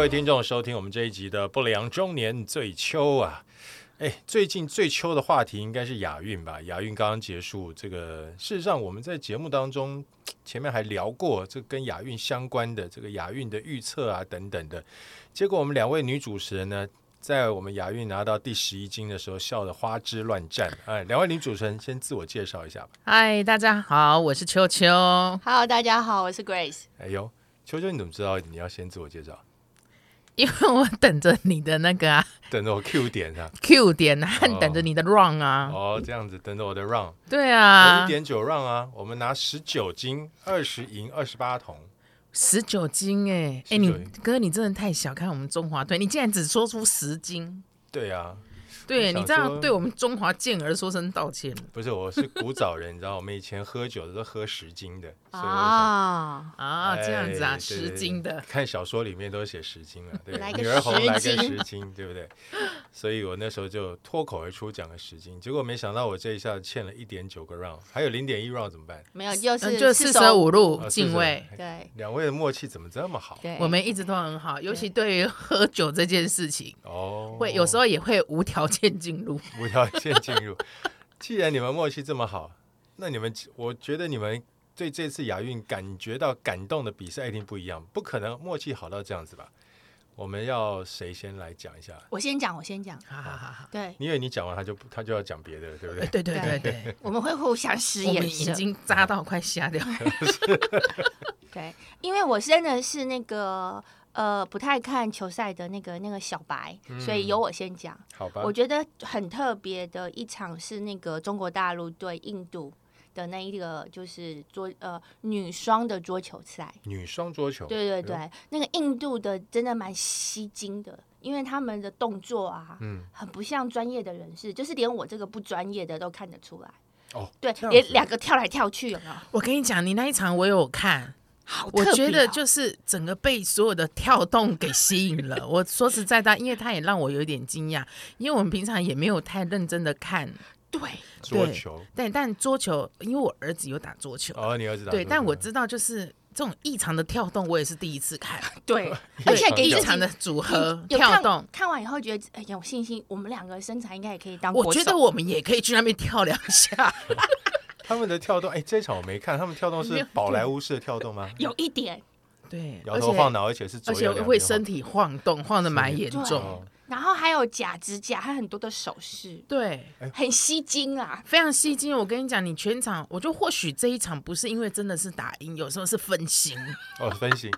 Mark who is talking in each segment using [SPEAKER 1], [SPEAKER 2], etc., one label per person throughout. [SPEAKER 1] 位听众收听我们这一集的《不良中年最秋》啊。哎，最近最秋的话题应该是亚运吧？亚运刚刚结束，这个事实上我们在节目当中前面还聊过这跟亚运相关的这个亚运的预测啊等等的。结果我们两位女主持人呢，在我们亚运拿到第十一金的时候，笑得花枝乱颤。哎，两位女主持人先自我介绍一下吧。
[SPEAKER 2] 嗨，大家好，我是秋秋。
[SPEAKER 3] Hello，大家好，我是 Grace。
[SPEAKER 1] 哎呦，秋秋，你怎么知道你要先自我介绍？
[SPEAKER 2] 因为我等着你的那个啊
[SPEAKER 1] 等着我 Q 点啊！
[SPEAKER 2] Q 点啊，
[SPEAKER 1] 哦
[SPEAKER 2] 等着你的 run 啊，
[SPEAKER 1] 哦，这样子等着我的 round。
[SPEAKER 2] 对
[SPEAKER 1] 一
[SPEAKER 2] 啊，
[SPEAKER 1] 点九让啊，我们拿十九金、二十银、二十八铜，
[SPEAKER 2] 十九斤哎、
[SPEAKER 1] 19
[SPEAKER 2] 哎、你哥你真的太小看我们中华队，你竟然只说出十斤，
[SPEAKER 1] 对啊，
[SPEAKER 2] 对
[SPEAKER 1] 想
[SPEAKER 2] 你这样
[SPEAKER 1] 说
[SPEAKER 2] 对我们中华健儿说声道歉
[SPEAKER 1] 不是，我是古早人，你知道，我们以前喝酒都是喝十斤的，所以我想。
[SPEAKER 3] 啊，
[SPEAKER 2] 啊，这样子啊，
[SPEAKER 1] 哎对对
[SPEAKER 2] 十
[SPEAKER 1] 对
[SPEAKER 2] 斤的，
[SPEAKER 1] 看小说里面都写十斤了，对
[SPEAKER 3] 来，个
[SPEAKER 1] 女儿红来个
[SPEAKER 3] 十斤
[SPEAKER 1] 十斤，对不对？所以我那时候就脱口而出讲了十斤，结果没想到我这一下欠了一点九个 round，还有零点一 round 怎么办？
[SPEAKER 3] 没有，就
[SPEAKER 2] 嗯
[SPEAKER 3] 是
[SPEAKER 2] 就四舍五入
[SPEAKER 1] 啊
[SPEAKER 2] 敬畏。
[SPEAKER 1] 四。舍
[SPEAKER 3] 对
[SPEAKER 1] 两位的默契怎么这么好？
[SPEAKER 3] 对，
[SPEAKER 2] 我们一直都很好，尤其对于喝酒这件事情，
[SPEAKER 1] 哦，
[SPEAKER 2] 会有时候也会无条件进入。
[SPEAKER 1] 无条件进入。既然你们默契这么好，那你们我觉得你们对这次亚运感觉到感动的比赛一定不一样，不可能默契好到这样子吧？我们要谁先来讲一下？
[SPEAKER 3] 我先讲，我先讲。
[SPEAKER 2] 好好好好，
[SPEAKER 3] 对，
[SPEAKER 1] 因为你讲完他就不他就要讲别的了，对不
[SPEAKER 2] 哎
[SPEAKER 1] 对？
[SPEAKER 2] 对对对对，
[SPEAKER 3] 我们会互相使
[SPEAKER 2] 我们
[SPEAKER 3] 眼嗯
[SPEAKER 2] 眼
[SPEAKER 3] 色。
[SPEAKER 2] 睛扎到快瞎掉。
[SPEAKER 3] 对，因为我真的是那个呃不太看球赛的那个那个小白，
[SPEAKER 2] 嗯
[SPEAKER 3] 所以由我先讲。
[SPEAKER 1] 好吧
[SPEAKER 3] 我，觉得很特别的一场是那个中国大陆对印度的那一个就是桌呃女双的桌球赛。
[SPEAKER 1] 女双桌球，
[SPEAKER 3] 对对
[SPEAKER 1] 哎
[SPEAKER 3] 对，那个印度的真的蛮吸睛的，因为他们的动作啊，
[SPEAKER 1] 嗯，
[SPEAKER 3] 很不像专业的人士，就是连我这个不专业的都看得出来。
[SPEAKER 1] 哦，
[SPEAKER 3] 对
[SPEAKER 1] 这，样
[SPEAKER 3] 连
[SPEAKER 2] 啊
[SPEAKER 1] 子
[SPEAKER 3] 两个跳来跳去，有没有？
[SPEAKER 2] 我跟你讲，你那一场我有看，
[SPEAKER 3] 好特
[SPEAKER 2] 我
[SPEAKER 3] 别哦、
[SPEAKER 2] 觉得就是整个被所有的跳动给吸引了。 我说实在的，因为他也让我有点惊讶，因为我们平常也没有太认真的看，
[SPEAKER 3] 对，
[SPEAKER 1] 桌
[SPEAKER 2] 对
[SPEAKER 1] 球。
[SPEAKER 2] 但但桌球，因为我儿子有打桌球，
[SPEAKER 1] 哦，你儿子打
[SPEAKER 2] 对，
[SPEAKER 1] 桌
[SPEAKER 2] 但
[SPEAKER 1] 球
[SPEAKER 2] 我知道就是这种异常的跳动，我也是第一次看，
[SPEAKER 3] 对，
[SPEAKER 1] 而
[SPEAKER 3] 而
[SPEAKER 1] 且
[SPEAKER 3] 且
[SPEAKER 1] 给
[SPEAKER 3] 给
[SPEAKER 2] 异
[SPEAKER 1] 自
[SPEAKER 3] 自
[SPEAKER 1] 己
[SPEAKER 2] 常的
[SPEAKER 3] 己
[SPEAKER 2] 组合
[SPEAKER 3] 有看
[SPEAKER 2] 跳动。
[SPEAKER 3] 看完以后觉得哎有信心，我们两个身材应该也可以当国手。
[SPEAKER 2] 我觉得我们也可以去那边跳两 下，
[SPEAKER 1] 他们的跳动，哎，这场我没看，他们跳动
[SPEAKER 2] 没
[SPEAKER 1] 是
[SPEAKER 2] 有
[SPEAKER 1] 宝莱坞式的跳动吗？
[SPEAKER 3] 有一点，
[SPEAKER 2] 对，
[SPEAKER 1] 摇
[SPEAKER 2] 而
[SPEAKER 1] 头晃
[SPEAKER 2] 且
[SPEAKER 1] 脑，而且是左
[SPEAKER 2] 而
[SPEAKER 1] 右
[SPEAKER 2] 且
[SPEAKER 1] 两
[SPEAKER 2] 会
[SPEAKER 1] 边
[SPEAKER 2] 身
[SPEAKER 1] 晃
[SPEAKER 2] 体晃动，晃的蛮严重，
[SPEAKER 1] 哦
[SPEAKER 3] 然后还有假指甲，还有很多的手势，
[SPEAKER 2] 对。
[SPEAKER 3] 很吸睛啊。
[SPEAKER 2] 非常吸睛。我跟你讲，你全场，我就或许这一场不是因为真的是打赢，有时候是分心，
[SPEAKER 1] 哦，分 心。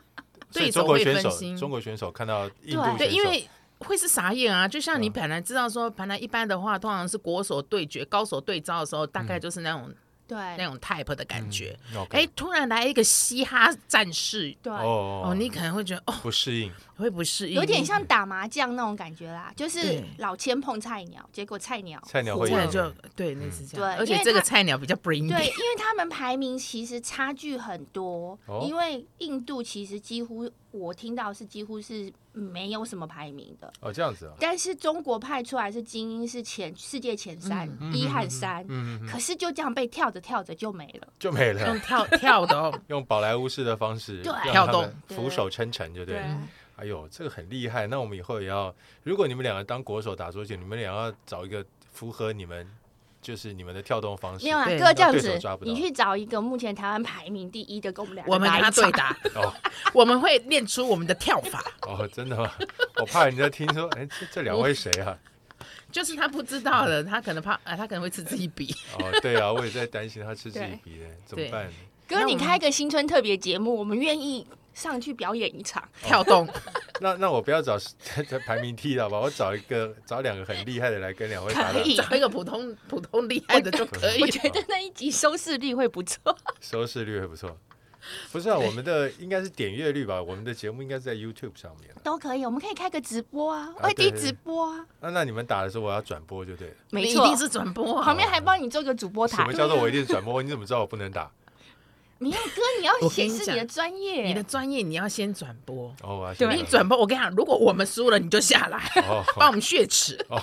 [SPEAKER 1] 所以
[SPEAKER 2] 对
[SPEAKER 1] 中
[SPEAKER 2] 手
[SPEAKER 1] 国
[SPEAKER 2] 会
[SPEAKER 1] 选
[SPEAKER 2] 分
[SPEAKER 1] 手，
[SPEAKER 2] 心
[SPEAKER 1] 中国选手看到印度选手，
[SPEAKER 2] 对，因为。会是傻眼啊！就像你
[SPEAKER 1] 嗯
[SPEAKER 2] 本来知道说，本来一般的话，通常是国手对决、高手对招的时候，大
[SPEAKER 1] 嗯
[SPEAKER 2] 概就是那种、
[SPEAKER 3] 对，
[SPEAKER 2] 那种 type 的感觉。
[SPEAKER 1] OK
[SPEAKER 2] 哎、突然来一个嘻哈战士，
[SPEAKER 3] 对。
[SPEAKER 1] 哦
[SPEAKER 2] 哦，你可能会觉得哦，
[SPEAKER 1] 不适应，
[SPEAKER 2] 会不适应，
[SPEAKER 3] 有点像打麻将那种感觉啦，就是
[SPEAKER 2] 对
[SPEAKER 3] 老千碰菜鸟，结果菜鸟
[SPEAKER 1] 菜鸟
[SPEAKER 3] 胡
[SPEAKER 1] 会嗯
[SPEAKER 2] 突
[SPEAKER 1] 赢
[SPEAKER 2] 然
[SPEAKER 3] 了
[SPEAKER 2] 就对，那是这样。
[SPEAKER 3] 对
[SPEAKER 2] 而
[SPEAKER 3] 因
[SPEAKER 2] 且
[SPEAKER 3] 为
[SPEAKER 2] 这个
[SPEAKER 3] 他
[SPEAKER 2] 菜鸟比较 bring
[SPEAKER 3] 对，因为他们排名其实差距很多，
[SPEAKER 1] 哦
[SPEAKER 3] 因为印度其实几乎我听到是几乎是没有什么排名的，
[SPEAKER 1] 哦，这样子啊，
[SPEAKER 3] 但是中国派出来是精英，是前世界前三、一和三，
[SPEAKER 1] 嗯，
[SPEAKER 3] 可是就这样被跳着跳着就没了。
[SPEAKER 1] 就没
[SPEAKER 2] 用
[SPEAKER 1] 了。
[SPEAKER 2] 跳跳的 哦，
[SPEAKER 1] 用宝莱坞式的方式
[SPEAKER 3] 对
[SPEAKER 1] 让
[SPEAKER 2] 跳
[SPEAKER 1] 他
[SPEAKER 2] 动
[SPEAKER 1] 们俯首称臣，对不对？
[SPEAKER 3] 嗯
[SPEAKER 1] 哎呦，这个很厉害。那我们以后也要，如果你们两个当国手打桌球，你们俩要找一个符合你们就是你们的跳动方式
[SPEAKER 3] 没有啦，
[SPEAKER 2] 对
[SPEAKER 3] 哥这样
[SPEAKER 1] 让对手
[SPEAKER 3] 子
[SPEAKER 1] 抓不，到
[SPEAKER 3] 你去找一个目前台湾排名第一的，跟我们两个
[SPEAKER 2] 我们
[SPEAKER 3] 打
[SPEAKER 2] 跟
[SPEAKER 3] 一
[SPEAKER 2] 他对
[SPEAKER 3] 场
[SPEAKER 2] 打，
[SPEAKER 1] 哦
[SPEAKER 2] 我们会练出我们的跳法。
[SPEAKER 1] 哦，真 的吗？我怕人家听说，哎，这这两位谁啊？
[SPEAKER 2] 就是他不知道的，他可能怕，啊，他可能会嗤之以鼻。
[SPEAKER 1] 哦，对啊，我也在担心他吃自己鼻的，哎怎么
[SPEAKER 2] 对
[SPEAKER 1] 办？
[SPEAKER 3] 哥，你开个新春特别节目，我们愿意上去表演一场。
[SPEAKER 2] 跳动，
[SPEAKER 1] 那那我不要找排名替了吧，我找一个找两个很厉害的来跟两位打打
[SPEAKER 3] 可以
[SPEAKER 2] 哎找一个普通普通厉害的就可以
[SPEAKER 3] 我。觉得那一集收视率会不错。
[SPEAKER 1] 收视率会不错。不是啊，我们的应该是点阅率吧？我们的节目应该是在 YouTube 上面的。
[SPEAKER 3] 都可以，我们可以开个直播啊，
[SPEAKER 1] 啊
[SPEAKER 3] 外地
[SPEAKER 1] 对
[SPEAKER 3] 直播啊，
[SPEAKER 1] 那那你们打的时候，我要转播就对了。
[SPEAKER 3] 没
[SPEAKER 2] 你一
[SPEAKER 3] 错，
[SPEAKER 2] 定是转播啊
[SPEAKER 3] 旁！边还帮你做个主播
[SPEAKER 1] 什
[SPEAKER 3] 台。
[SPEAKER 1] 么叫做我一
[SPEAKER 3] 对啊？
[SPEAKER 1] 定转播？你怎么知道我不能打？
[SPEAKER 3] 没有哥，你要
[SPEAKER 2] 我跟
[SPEAKER 3] 显
[SPEAKER 2] 你
[SPEAKER 3] 示
[SPEAKER 2] 讲
[SPEAKER 3] 你的专业，
[SPEAKER 2] 你的专业你要先转播，
[SPEAKER 1] 哦，我要
[SPEAKER 3] 对
[SPEAKER 1] 先
[SPEAKER 2] 你转播，我跟你讲，如果我们输了你就下来，
[SPEAKER 1] 哦
[SPEAKER 2] 帮我们血耻。
[SPEAKER 1] 哦，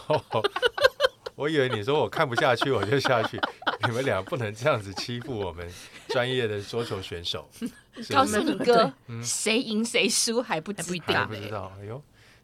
[SPEAKER 1] 我以为你说我看不下去，我就下去。 你们俩不能这样子欺负我们专业的桌球选手，是
[SPEAKER 3] 告
[SPEAKER 1] 不
[SPEAKER 3] 诉
[SPEAKER 1] 是？
[SPEAKER 3] 你哥，
[SPEAKER 1] 嗯
[SPEAKER 3] 谁赢谁输还不
[SPEAKER 2] 还不
[SPEAKER 3] 知
[SPEAKER 2] 一
[SPEAKER 3] 道。
[SPEAKER 2] 定
[SPEAKER 1] 还不知道。哎呦，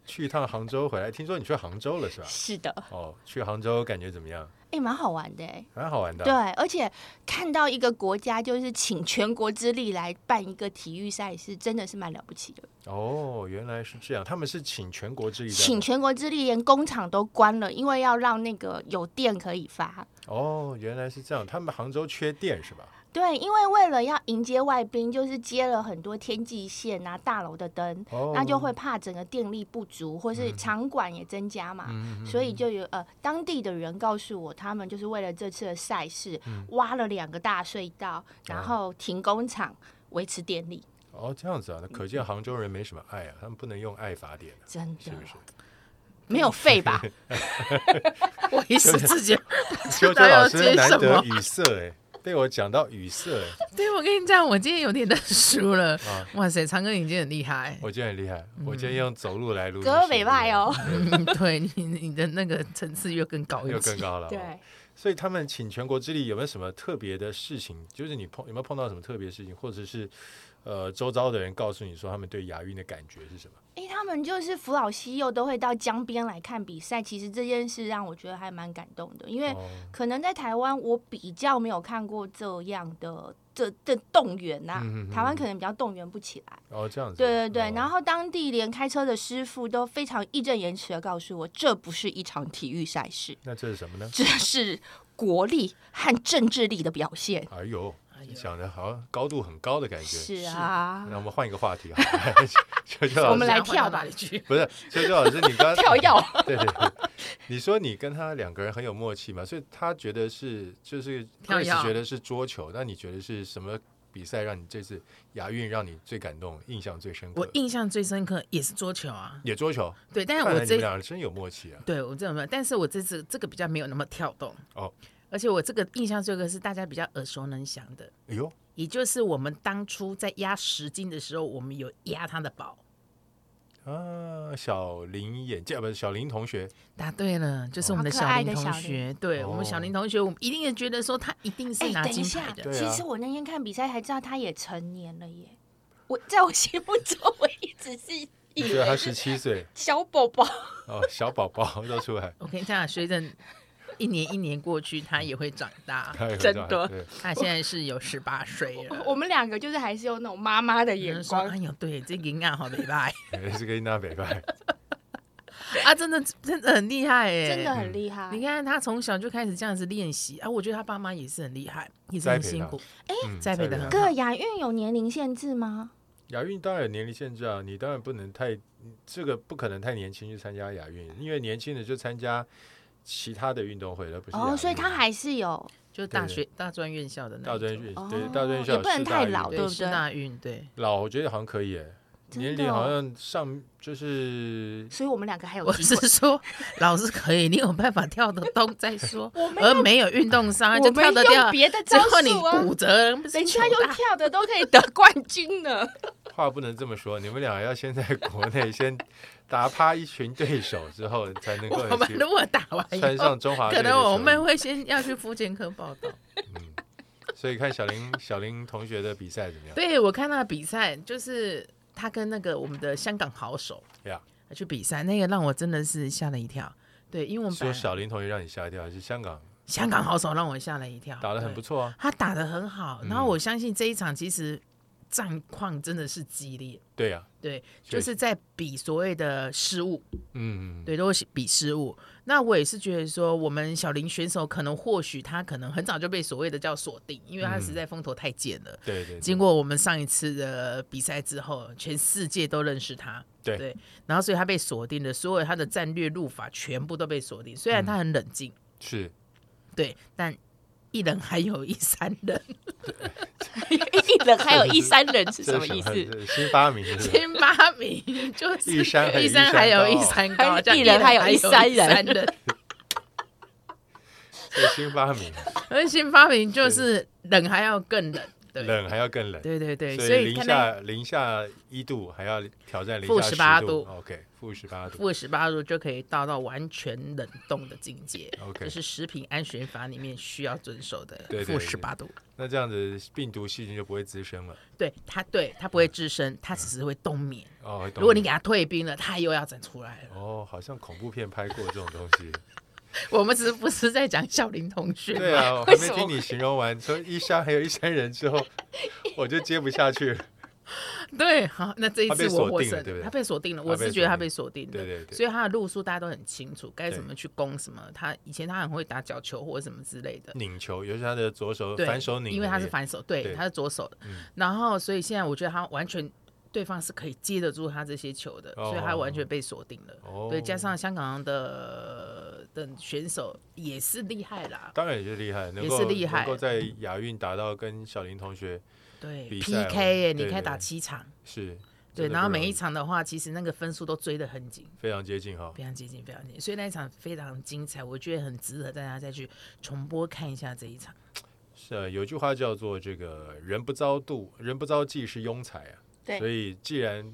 [SPEAKER 1] 去一趟杭州回来，听说你去杭州了是吧？
[SPEAKER 3] 是的，
[SPEAKER 1] 哦，去杭州感觉怎么样？
[SPEAKER 3] 哎，蛮好玩的哎。
[SPEAKER 1] 蛮好玩的
[SPEAKER 3] 对
[SPEAKER 1] 啊、，
[SPEAKER 3] 而且看到一个国家就是请全国之力来办一个体育赛事，真的是蛮了不起的。
[SPEAKER 1] 哦，原来是这样，他们是请全国之力在
[SPEAKER 3] 请
[SPEAKER 1] 吗
[SPEAKER 3] 全国之力，连工厂都关了，因为要让那个有电可以发。
[SPEAKER 1] 哦，原来是这样，他们杭州缺电是吧？
[SPEAKER 3] 对，因为为了要迎接外宾，就是接了很多天际线啊、大楼的灯，
[SPEAKER 1] 哦，嗯
[SPEAKER 3] 那就会怕整个电力不足，或是场馆也增加嘛，所以就有呃当地的人告诉我，他们就是为了这次的赛事，
[SPEAKER 1] 嗯
[SPEAKER 3] 挖了两个大隧道，然后停工厂维持电力，
[SPEAKER 1] 哦这样子啊，那可见杭州人没什么爱啊，他们不能用爱法典 啊、
[SPEAKER 3] 真的
[SPEAKER 1] 是不是？
[SPEAKER 3] 没有废吧？
[SPEAKER 2] 我一时之间
[SPEAKER 1] 秋秋
[SPEAKER 2] 道要
[SPEAKER 1] 老
[SPEAKER 2] 接
[SPEAKER 1] 师难
[SPEAKER 2] 什
[SPEAKER 1] 得
[SPEAKER 2] 么
[SPEAKER 1] 语塞哎、被我讲到语塞、哎
[SPEAKER 2] 对，我跟你讲，我今天有点认输了。
[SPEAKER 1] 啊
[SPEAKER 2] 哇塞，长哥你今天很厉害。
[SPEAKER 1] 我觉得很厉害，嗯我今天用走路来录音，
[SPEAKER 3] 格尾拜哦，
[SPEAKER 2] 嗯，对你你的那个层次又更高 一
[SPEAKER 1] 又
[SPEAKER 2] 级
[SPEAKER 1] 更。高了、 哦。
[SPEAKER 3] 对，
[SPEAKER 1] 所以他们请全国之力有没有什么特别的事情？就是你碰有没有碰到什么特别的事情，或者是呃周遭的人告诉你说他们对亚运的感觉是什么？
[SPEAKER 3] 诶，他们就是扶老西幼都会到江边来看比赛，其实这件事让我觉得还蛮感动的，因为
[SPEAKER 1] 哦，
[SPEAKER 3] 可能在台湾我比较没有看过这样的这这动员呐、
[SPEAKER 1] 嗯嗯嗯
[SPEAKER 3] 台湾可能比较动员不起来。
[SPEAKER 1] 哦这样子，
[SPEAKER 3] 对对对，
[SPEAKER 1] 哦
[SPEAKER 3] 然后当地连开车的师傅都非常义正言辞的告诉我，这不是一场体育赛事，
[SPEAKER 1] 那这是什么呢？
[SPEAKER 3] 这是国力和政治力的表现。
[SPEAKER 1] 哎呦
[SPEAKER 2] 哎，呦
[SPEAKER 1] 讲的好像高度很高的感觉。
[SPEAKER 3] 是 啊
[SPEAKER 1] 那，我们换一个话题好 了， 秋秋
[SPEAKER 3] 我
[SPEAKER 1] 老
[SPEAKER 3] 们
[SPEAKER 1] 师
[SPEAKER 3] 来跳吧
[SPEAKER 2] 哪里去？
[SPEAKER 1] 不是秋秋老师，你刚
[SPEAKER 3] 跳跃。
[SPEAKER 1] 对对对，你说你跟他两个人很有默契嘛，所以他觉得是就是
[SPEAKER 2] 跳
[SPEAKER 1] Grace
[SPEAKER 2] 跃
[SPEAKER 1] 觉得是桌球，那你觉得是什么比赛让你这次亚运让你最感动、印象最深
[SPEAKER 2] 我
[SPEAKER 1] 刻？
[SPEAKER 2] 印象最深刻也是桌球啊，
[SPEAKER 1] 也桌球，
[SPEAKER 2] 对，但是
[SPEAKER 1] 看来
[SPEAKER 2] 我
[SPEAKER 1] 你们
[SPEAKER 2] 这
[SPEAKER 1] 两人真有默契啊！
[SPEAKER 2] 对我这没有，但是我这次这个比较没有那么跳动
[SPEAKER 1] 哦。
[SPEAKER 2] 而且我这个印象最深刻是大家比较耳熟能详的，
[SPEAKER 1] 哎呦，
[SPEAKER 2] 也就是我们当初在压十金的时候，我们有压他的宝。
[SPEAKER 1] 啊，小林眼镜啊，不是小林同学，
[SPEAKER 2] 答对了，就是
[SPEAKER 1] 哦
[SPEAKER 2] 我们的
[SPEAKER 3] 好可
[SPEAKER 2] 小
[SPEAKER 3] 爱
[SPEAKER 2] 林
[SPEAKER 3] 的
[SPEAKER 2] 同
[SPEAKER 3] 小
[SPEAKER 2] 学。对、我们小林同学，我们一定也觉得说他一定是
[SPEAKER 3] 哎
[SPEAKER 2] 拿
[SPEAKER 3] 等一
[SPEAKER 2] 金
[SPEAKER 3] 下
[SPEAKER 2] 牌的。
[SPEAKER 1] 对
[SPEAKER 3] 其
[SPEAKER 1] 啊
[SPEAKER 3] 实我那天看比赛才知道他也成年了耶。我在我心目中，我一直是
[SPEAKER 1] 你
[SPEAKER 3] 以
[SPEAKER 1] 觉得他
[SPEAKER 3] 为
[SPEAKER 1] 十
[SPEAKER 3] 是
[SPEAKER 1] 七岁
[SPEAKER 3] 小宝宝。
[SPEAKER 1] 哦，小宝宝 都出来，
[SPEAKER 2] 我跟你讲，随着一年一年过去，他也会长大。
[SPEAKER 1] 他也很
[SPEAKER 3] 真
[SPEAKER 1] 大
[SPEAKER 3] 的
[SPEAKER 1] 对
[SPEAKER 2] 他现在是有十八岁了。
[SPEAKER 3] 我们两个就是还是有那种妈妈的
[SPEAKER 2] 有
[SPEAKER 3] 眼
[SPEAKER 2] 人说：“
[SPEAKER 3] 光
[SPEAKER 2] 哎。呦，对，这银啊好没拜
[SPEAKER 1] 也是跟那北拜。
[SPEAKER 2] 啊，真的真的很厉害哎，
[SPEAKER 3] 真的
[SPEAKER 1] 嗯
[SPEAKER 3] 很厉害。
[SPEAKER 2] 你看他从小就开始这样子练习啊，我觉得他爸妈也是很厉害，也是很辛苦。
[SPEAKER 3] 哎
[SPEAKER 1] 嗯
[SPEAKER 2] 栽培得
[SPEAKER 1] 栽
[SPEAKER 2] 很好
[SPEAKER 3] 哥，亚运有年龄限制吗？
[SPEAKER 1] 亚运当然有年龄限制啊，你当然不能太，这个不可能太年轻去参加亚运，因为年轻的就参加其他的运动会了，不是亚运？啊
[SPEAKER 3] 哦，所以他还是有
[SPEAKER 2] 就大学大专院校的那
[SPEAKER 1] 大
[SPEAKER 2] 一
[SPEAKER 1] 专
[SPEAKER 2] 种
[SPEAKER 1] 院
[SPEAKER 3] 哦
[SPEAKER 1] 对大专院校
[SPEAKER 3] 也不能
[SPEAKER 1] 四大
[SPEAKER 3] 太
[SPEAKER 1] 运
[SPEAKER 3] 老
[SPEAKER 1] 动
[SPEAKER 2] 对
[SPEAKER 3] 对不
[SPEAKER 2] 师
[SPEAKER 3] 对
[SPEAKER 2] 大运对，
[SPEAKER 1] 老，我觉得好像可以耶，
[SPEAKER 3] 真的
[SPEAKER 1] 年龄
[SPEAKER 3] 哦
[SPEAKER 1] 好像上就是
[SPEAKER 3] 所以 我们两个还有
[SPEAKER 2] 我
[SPEAKER 3] 机
[SPEAKER 2] 是
[SPEAKER 3] 会。，
[SPEAKER 2] 说老师可以，你有办法跳得动再说
[SPEAKER 3] 我们
[SPEAKER 2] 而没有运动伤就
[SPEAKER 3] 我
[SPEAKER 2] 跳
[SPEAKER 3] 们
[SPEAKER 2] 得掉
[SPEAKER 3] 用，别的
[SPEAKER 2] 最
[SPEAKER 3] 招
[SPEAKER 2] 后你
[SPEAKER 3] 数啊，
[SPEAKER 2] 骨折不是
[SPEAKER 3] 人
[SPEAKER 2] 糗
[SPEAKER 3] 家用
[SPEAKER 2] 大
[SPEAKER 3] 跳的都可 以得冠军呢。
[SPEAKER 1] 话不能这么说，你们俩要先在国内先打趴一群对手之后，才能够
[SPEAKER 2] 我们
[SPEAKER 1] 去
[SPEAKER 2] 如果打完
[SPEAKER 1] 穿
[SPEAKER 2] 以后，
[SPEAKER 1] 上中华
[SPEAKER 2] 可
[SPEAKER 1] 队的
[SPEAKER 2] 能我
[SPEAKER 1] 球
[SPEAKER 2] 们
[SPEAKER 1] 衣。
[SPEAKER 2] 会先要去福建科报道。
[SPEAKER 1] 嗯，所以看小林 小林同学的比赛怎么样？
[SPEAKER 2] 对我看他的比赛，就是他跟那个我们的香港好手
[SPEAKER 1] 呀
[SPEAKER 2] 去比赛，那个让我真的是吓了一跳。对，因为我们
[SPEAKER 1] 是
[SPEAKER 2] 本
[SPEAKER 1] 说
[SPEAKER 2] 来
[SPEAKER 1] 小林同学让你吓一跳，还是香港
[SPEAKER 2] 香港好手让我吓了一跳，
[SPEAKER 1] 打得很
[SPEAKER 2] 对
[SPEAKER 1] 不错啊？
[SPEAKER 2] 他打得很好，
[SPEAKER 1] 嗯
[SPEAKER 2] 然后我相信这一场其实战况真的是激烈，
[SPEAKER 1] 对啊呀、
[SPEAKER 2] 对，
[SPEAKER 1] 所
[SPEAKER 2] 就
[SPEAKER 1] 以
[SPEAKER 2] 是在比所谓的失误，
[SPEAKER 1] 嗯，
[SPEAKER 2] 对，都是比失误。那我也是觉得说，我们小林选手可能或许他可能很早就被所谓的叫锁定，因为他
[SPEAKER 1] 嗯
[SPEAKER 2] 实在风头太贱了。
[SPEAKER 1] 对对对
[SPEAKER 2] 经过我们上一次的比赛之后，全世界都认识他，
[SPEAKER 1] 对
[SPEAKER 2] 然后所以他被锁定了，所有他的战略路法全部都被锁定。虽然他很冷静，
[SPEAKER 1] 是
[SPEAKER 2] 对，但一人还有一三人，
[SPEAKER 3] 一人还有一三人是什
[SPEAKER 1] 这
[SPEAKER 3] 么
[SPEAKER 1] 是
[SPEAKER 3] 意
[SPEAKER 1] 什么？
[SPEAKER 3] 思？
[SPEAKER 1] 这是呃新发明是不是？
[SPEAKER 2] 前八 名就是
[SPEAKER 1] 一山还有
[SPEAKER 2] 一
[SPEAKER 1] 一山
[SPEAKER 2] 山还有
[SPEAKER 1] 高
[SPEAKER 2] 一山高，
[SPEAKER 3] 还
[SPEAKER 2] 叫
[SPEAKER 3] 一人还有
[SPEAKER 2] 一
[SPEAKER 3] 一山人
[SPEAKER 2] 三人。
[SPEAKER 1] 这是新发明。
[SPEAKER 2] 而新发明就是人还要更冷， 对
[SPEAKER 1] 冷还要更冷，
[SPEAKER 2] 对对对，
[SPEAKER 1] 所
[SPEAKER 2] 所以
[SPEAKER 1] 零
[SPEAKER 2] 看来
[SPEAKER 1] 下零下一度还要挑战零
[SPEAKER 2] 负
[SPEAKER 1] 下
[SPEAKER 2] 18
[SPEAKER 1] 10
[SPEAKER 2] 度
[SPEAKER 1] ，OK，负十八度
[SPEAKER 2] 负十八度就可以到到完全冷冻的境界。
[SPEAKER 1] ，OK，
[SPEAKER 2] 这是食品安全法里面需要遵守的
[SPEAKER 1] 对对
[SPEAKER 2] 负
[SPEAKER 1] 对
[SPEAKER 2] 十八度，
[SPEAKER 1] 那这样子病毒细菌就不会滋生了。
[SPEAKER 2] 对它，对它不会滋生，它只是会冬眠。
[SPEAKER 1] 哦，会懂
[SPEAKER 2] 如果你给它退冰了，它又要整出来了。
[SPEAKER 1] 哦，好像恐怖片拍过这种东西。
[SPEAKER 2] 我们只是不是在讲小林同学吗？
[SPEAKER 1] 对啊，我还
[SPEAKER 2] 为
[SPEAKER 1] 没
[SPEAKER 2] 什
[SPEAKER 1] 听
[SPEAKER 2] 么？
[SPEAKER 1] 你形容完，从一山还有一山人之后，我就接不下去了。
[SPEAKER 2] 对，好，那这一
[SPEAKER 1] 他被
[SPEAKER 2] 次我
[SPEAKER 1] 锁
[SPEAKER 2] 获
[SPEAKER 1] 定了
[SPEAKER 2] 胜
[SPEAKER 1] 对不
[SPEAKER 2] 了，
[SPEAKER 1] 对
[SPEAKER 2] 他被锁定了，
[SPEAKER 1] 他
[SPEAKER 2] 我
[SPEAKER 1] 被
[SPEAKER 2] 是觉
[SPEAKER 1] 锁
[SPEAKER 2] 得他
[SPEAKER 1] 定
[SPEAKER 2] 被锁定的，
[SPEAKER 1] 对对对
[SPEAKER 2] 所以他的路数大家都很清楚，该怎
[SPEAKER 1] 对
[SPEAKER 2] 么去攻什么。他以前他很会打角球或者什么之类的，
[SPEAKER 1] 拧球，尤其他的左手
[SPEAKER 2] 对，
[SPEAKER 1] 反手拧，
[SPEAKER 2] 因为他是，反手，对，
[SPEAKER 1] 对
[SPEAKER 2] 他是左手的
[SPEAKER 1] 嗯，
[SPEAKER 2] 然后所以现在我觉得他完全。对方是可以接得住他这些球的，所以他完全被锁定了。
[SPEAKER 1] 哦
[SPEAKER 2] 对，加上香港的的选手也是厉害啦，
[SPEAKER 1] 当然也是厉害，能
[SPEAKER 2] 也
[SPEAKER 1] 够
[SPEAKER 2] 是厉害
[SPEAKER 1] 能够在亚运达到跟小林同学
[SPEAKER 2] 对
[SPEAKER 1] 比
[SPEAKER 2] PK
[SPEAKER 1] 赛哦对
[SPEAKER 2] 耶，你可以打
[SPEAKER 1] 对
[SPEAKER 2] 七场，
[SPEAKER 1] 是，
[SPEAKER 2] 对，
[SPEAKER 1] 真的
[SPEAKER 2] 然后
[SPEAKER 1] 不容
[SPEAKER 2] 每一
[SPEAKER 1] 易
[SPEAKER 2] 场的话，其实那个分数都追得很紧，
[SPEAKER 1] 非常接近哈。
[SPEAKER 2] 非常接近，非常接近，所以那一场非常精彩，我觉得很值得大家再去重播看一下这一场。
[SPEAKER 1] 是啊，有句话叫做这个“人不遭妒，人不遭忌是庸才”啊。
[SPEAKER 3] 对
[SPEAKER 1] 所以既然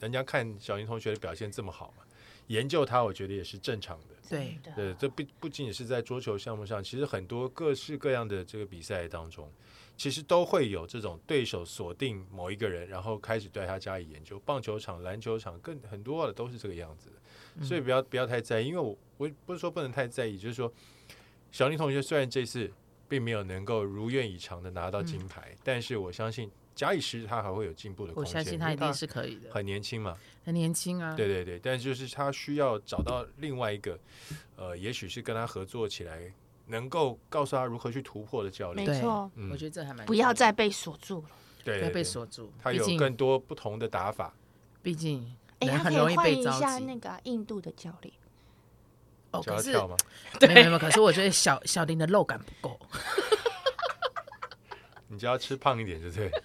[SPEAKER 1] 人家看小林同学的表现这么好嘛，研究他，我觉得也是正常的。
[SPEAKER 2] 对
[SPEAKER 3] 真
[SPEAKER 1] 对，
[SPEAKER 3] 的
[SPEAKER 1] 这不不仅仅是在桌球项目上，其实很多各式各样的这个比赛当中，其实都会有这种对手锁定某一个人，然后开始对他加以研究。棒球场、篮球场更很多的都是这个样子的，
[SPEAKER 2] 嗯
[SPEAKER 1] 所以不要不要太在意，因为我我不是说不能太在意，就是说小林同学虽然这次并没有能够如愿以偿的拿到金牌，但是我相信假以时日，他还会有进步的空
[SPEAKER 2] 嗯我
[SPEAKER 1] 间。
[SPEAKER 2] 相信
[SPEAKER 1] 因
[SPEAKER 2] 他
[SPEAKER 1] 为
[SPEAKER 2] 一定是可以的，
[SPEAKER 1] 很年轻嘛，
[SPEAKER 2] 很年轻啊。
[SPEAKER 1] 对对对，但就是他需要找到另外一个，呃，也许是跟他合作起来，能够告诉他如何去突破的教
[SPEAKER 3] 没
[SPEAKER 1] 练。
[SPEAKER 2] 对
[SPEAKER 3] 错，
[SPEAKER 1] 嗯
[SPEAKER 2] 我觉得这还蛮
[SPEAKER 3] 不要
[SPEAKER 2] 重
[SPEAKER 3] 再被锁住了。
[SPEAKER 1] 对对
[SPEAKER 2] 要不要被
[SPEAKER 1] 对
[SPEAKER 2] 锁住。
[SPEAKER 1] 他
[SPEAKER 2] 毕
[SPEAKER 1] 有
[SPEAKER 2] 竟
[SPEAKER 1] 更多不同的打法。
[SPEAKER 2] 毕竟
[SPEAKER 3] 哎，
[SPEAKER 2] 人
[SPEAKER 3] 他
[SPEAKER 2] 很
[SPEAKER 3] 可
[SPEAKER 2] 容
[SPEAKER 3] 以
[SPEAKER 2] 易
[SPEAKER 3] 换
[SPEAKER 2] 被
[SPEAKER 3] 一
[SPEAKER 2] 着
[SPEAKER 3] 下
[SPEAKER 2] 急。
[SPEAKER 3] 那个啊印度的教练，
[SPEAKER 2] 哦，
[SPEAKER 1] 就要
[SPEAKER 2] 可是
[SPEAKER 1] 跳吗？
[SPEAKER 2] 没有没有，可是我 觉得小小林的肉感不够，
[SPEAKER 1] 你只要吃胖一点就对。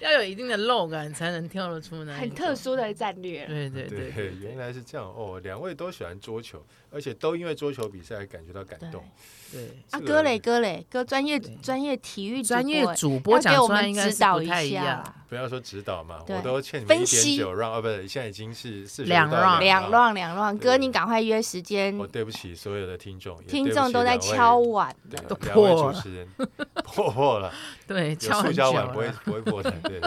[SPEAKER 2] 要有一定的肉感才能跳得出那一
[SPEAKER 3] 很
[SPEAKER 2] 种
[SPEAKER 3] 特。殊的战略了。
[SPEAKER 2] 对对对
[SPEAKER 1] 对，原来是这样哦。两位都喜欢桌球，而且都因为桌球比赛感觉到感
[SPEAKER 3] 对
[SPEAKER 1] 动。
[SPEAKER 2] 对，
[SPEAKER 3] 啊，
[SPEAKER 1] 这个
[SPEAKER 3] 哥嘞，哥嘞，哥专业
[SPEAKER 2] 对
[SPEAKER 3] 专业体育主
[SPEAKER 2] 专业
[SPEAKER 3] 播哎
[SPEAKER 2] 主播
[SPEAKER 3] 要
[SPEAKER 2] 讲
[SPEAKER 3] 给我
[SPEAKER 2] 出来
[SPEAKER 3] 们
[SPEAKER 2] 应该
[SPEAKER 3] 指
[SPEAKER 2] 是
[SPEAKER 3] 导
[SPEAKER 2] 不
[SPEAKER 3] 一
[SPEAKER 2] 太一
[SPEAKER 3] 下
[SPEAKER 2] 样。
[SPEAKER 1] 不要说指导嘛，
[SPEAKER 3] 对
[SPEAKER 1] 我都欠你们一
[SPEAKER 3] 分
[SPEAKER 1] 点
[SPEAKER 3] 析
[SPEAKER 1] 九让，哦，不是，现在已经是四
[SPEAKER 2] 两
[SPEAKER 1] 让
[SPEAKER 2] 让
[SPEAKER 3] 两
[SPEAKER 1] 让。
[SPEAKER 3] 乱两乱，
[SPEAKER 1] 对
[SPEAKER 3] 哥你赶快约时间
[SPEAKER 1] 我，哦对不起所有的听众，也对
[SPEAKER 3] 听
[SPEAKER 1] 不
[SPEAKER 3] 众
[SPEAKER 1] 起
[SPEAKER 3] 都在
[SPEAKER 1] 两位
[SPEAKER 3] 敲碗
[SPEAKER 1] 对
[SPEAKER 3] 了。
[SPEAKER 2] 都
[SPEAKER 1] 两位
[SPEAKER 2] 破
[SPEAKER 1] 主
[SPEAKER 2] 了
[SPEAKER 1] 持人 破破 了，
[SPEAKER 2] 对，
[SPEAKER 1] 有
[SPEAKER 2] 敲
[SPEAKER 1] 塑
[SPEAKER 2] 很
[SPEAKER 1] 胶
[SPEAKER 2] 久
[SPEAKER 1] 碗不会
[SPEAKER 2] 了。
[SPEAKER 1] 不会破的，对。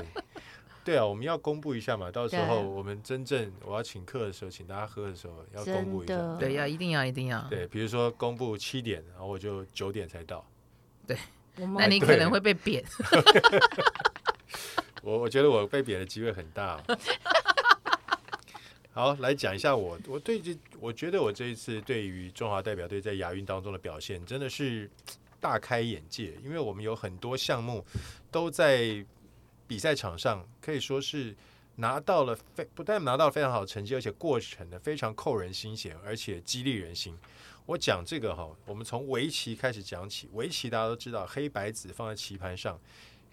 [SPEAKER 1] 对啊，我们要公布一下嘛，到时
[SPEAKER 3] 对
[SPEAKER 1] 候我们真正我要请客的时候，请大家喝的时候要公布一
[SPEAKER 3] 真
[SPEAKER 1] 下。
[SPEAKER 3] 的，
[SPEAKER 2] 对，要一定要一定要。
[SPEAKER 1] 对，比如说公布七点，然后我就九点才到。
[SPEAKER 3] 我们
[SPEAKER 2] 那你可
[SPEAKER 1] 对
[SPEAKER 2] 能会被贬。
[SPEAKER 1] 我我觉得我被贬的机会很大哦、好，来讲一下我我对这，我觉得我这一次对于中华代表队在亚运当中的表现真的是大开眼界，因为我们有很多项目都在比赛场上可以说是拿到了非不但拿到了非常好的成绩，而且过程呢非常扣人心弦，而且激励人心。我讲这个哈，我们从围棋开始讲起。围棋大家都知道，黑白子放在棋盘上，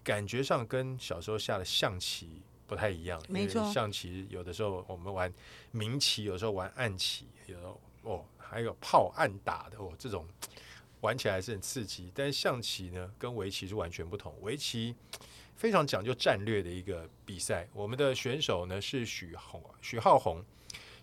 [SPEAKER 1] 感觉上跟小时候下的象棋不太一样。因为
[SPEAKER 3] 没错
[SPEAKER 1] 象棋有的时候我们玩明棋，有时候玩暗棋，有时候哦还有炮暗打的哦，这种玩起来是很刺激。但是象棋呢，跟围棋是完全不同。围棋非常讲究战略的一个比赛。我们的选手呢是许宏、许浩宏、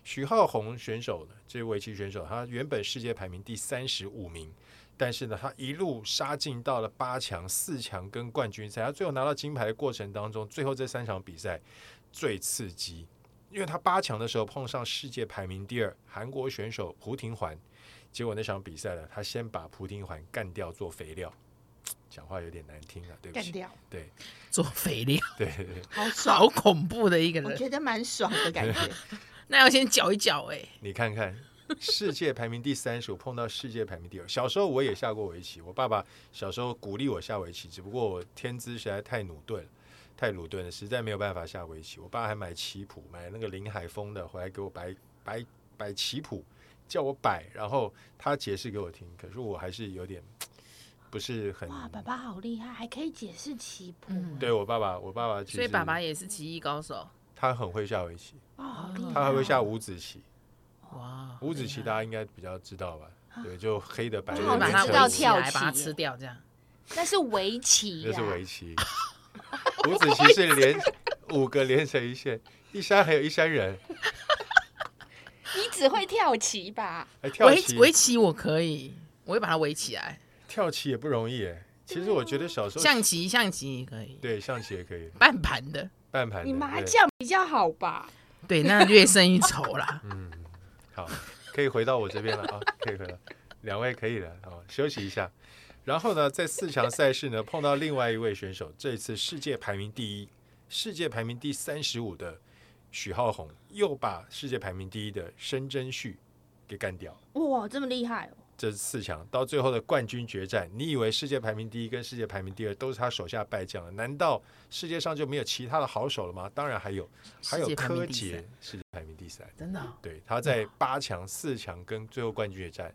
[SPEAKER 1] 许浩宏选手呢，这位围棋选手，他原本世界排名第三十五名，但是呢，他一路杀进到了八强、四强跟冠军赛，他最后拿到金牌的过程当中，最后这三场比赛最刺激。因为他八强的时候碰上世界排名第二韩国选手胡廷环，结果那场比赛呢，他先把胡廷环干掉做肥料，讲话有点难听啊，对不
[SPEAKER 3] 干
[SPEAKER 1] 起，
[SPEAKER 3] 掉，
[SPEAKER 1] 对，
[SPEAKER 2] 做肥料，
[SPEAKER 1] 对对对，
[SPEAKER 3] 好爽，
[SPEAKER 2] 好恐怖的一个
[SPEAKER 3] 我
[SPEAKER 2] 人。
[SPEAKER 3] 觉得蛮爽的感觉。
[SPEAKER 2] 那要先搅一搅哎、
[SPEAKER 1] 你看 看，世界排名第三十，我碰到世界排名第二。小时候我也下过围棋，我爸爸小时候鼓励我下围棋，只不过我天资实在太努钝了，太鲁钝了，实在没有办法下围棋。我爸还买棋谱，买那个林海峰的回来给我摆摆摆棋谱，叫我摆，然后他解释给我听，可是我还是有点不是很。
[SPEAKER 3] 哇，爸爸好厉害，还可以解释棋谱，
[SPEAKER 2] 嗯
[SPEAKER 1] 对我爸爸，我爸爸其实
[SPEAKER 2] 所以爸爸也是棋艺高手。
[SPEAKER 1] 他很会下围棋，
[SPEAKER 3] 哇，好
[SPEAKER 2] 嗯
[SPEAKER 3] 厉害！哦
[SPEAKER 1] 他还会下五子棋。
[SPEAKER 2] 哇，
[SPEAKER 1] 五子 棋大家应该比较知道吧？对，就黑的白的
[SPEAKER 3] 就好啊
[SPEAKER 1] 连
[SPEAKER 2] 把
[SPEAKER 3] 像
[SPEAKER 1] 成
[SPEAKER 2] 它
[SPEAKER 1] 一
[SPEAKER 3] 知道
[SPEAKER 1] 个
[SPEAKER 2] 围起
[SPEAKER 3] 跳
[SPEAKER 2] 来，把它
[SPEAKER 3] 棋
[SPEAKER 2] 吃掉这样。
[SPEAKER 3] 那是围棋
[SPEAKER 1] 那
[SPEAKER 3] 呀
[SPEAKER 1] 是、围棋。五子棋是连五个连成一线，一山还有一山人，
[SPEAKER 3] 你只会跳棋吧？
[SPEAKER 1] 还哎跳
[SPEAKER 2] 围
[SPEAKER 1] 棋，
[SPEAKER 2] 围棋我可以，我会把它围起来。
[SPEAKER 1] 跳棋也不容易耶。其实我觉得小时候
[SPEAKER 2] 象棋，象棋也可以，
[SPEAKER 1] 对象棋也可以，
[SPEAKER 2] 半盘的，
[SPEAKER 1] 半盘的
[SPEAKER 3] 你麻
[SPEAKER 1] 对
[SPEAKER 3] 将比较好吧？
[SPEAKER 2] 对，那略胜一筹 啦。
[SPEAKER 1] 嗯好，可以回到我这边了啊，可以回到两位可以了啊，休息一下。然后呢，在四强赛事呢，碰到另外一位选手，这次世界排名第一，世界排名第三十五的许浩宏，又把世界排名第一的申真旭给干掉。
[SPEAKER 3] 哇，这么厉害哦！
[SPEAKER 1] 这四强到最后的冠军决战，你以为世界排名第一跟世界排名第二都是他手下败将了？难道世界上就没有其他的好手了吗？当然还有，还有
[SPEAKER 2] 世界排
[SPEAKER 1] 柯
[SPEAKER 2] 名第
[SPEAKER 1] 洁
[SPEAKER 2] 三，
[SPEAKER 1] 世界排名第三。
[SPEAKER 2] 真的哦、
[SPEAKER 1] 对，他在八强、四强跟最后冠军决战，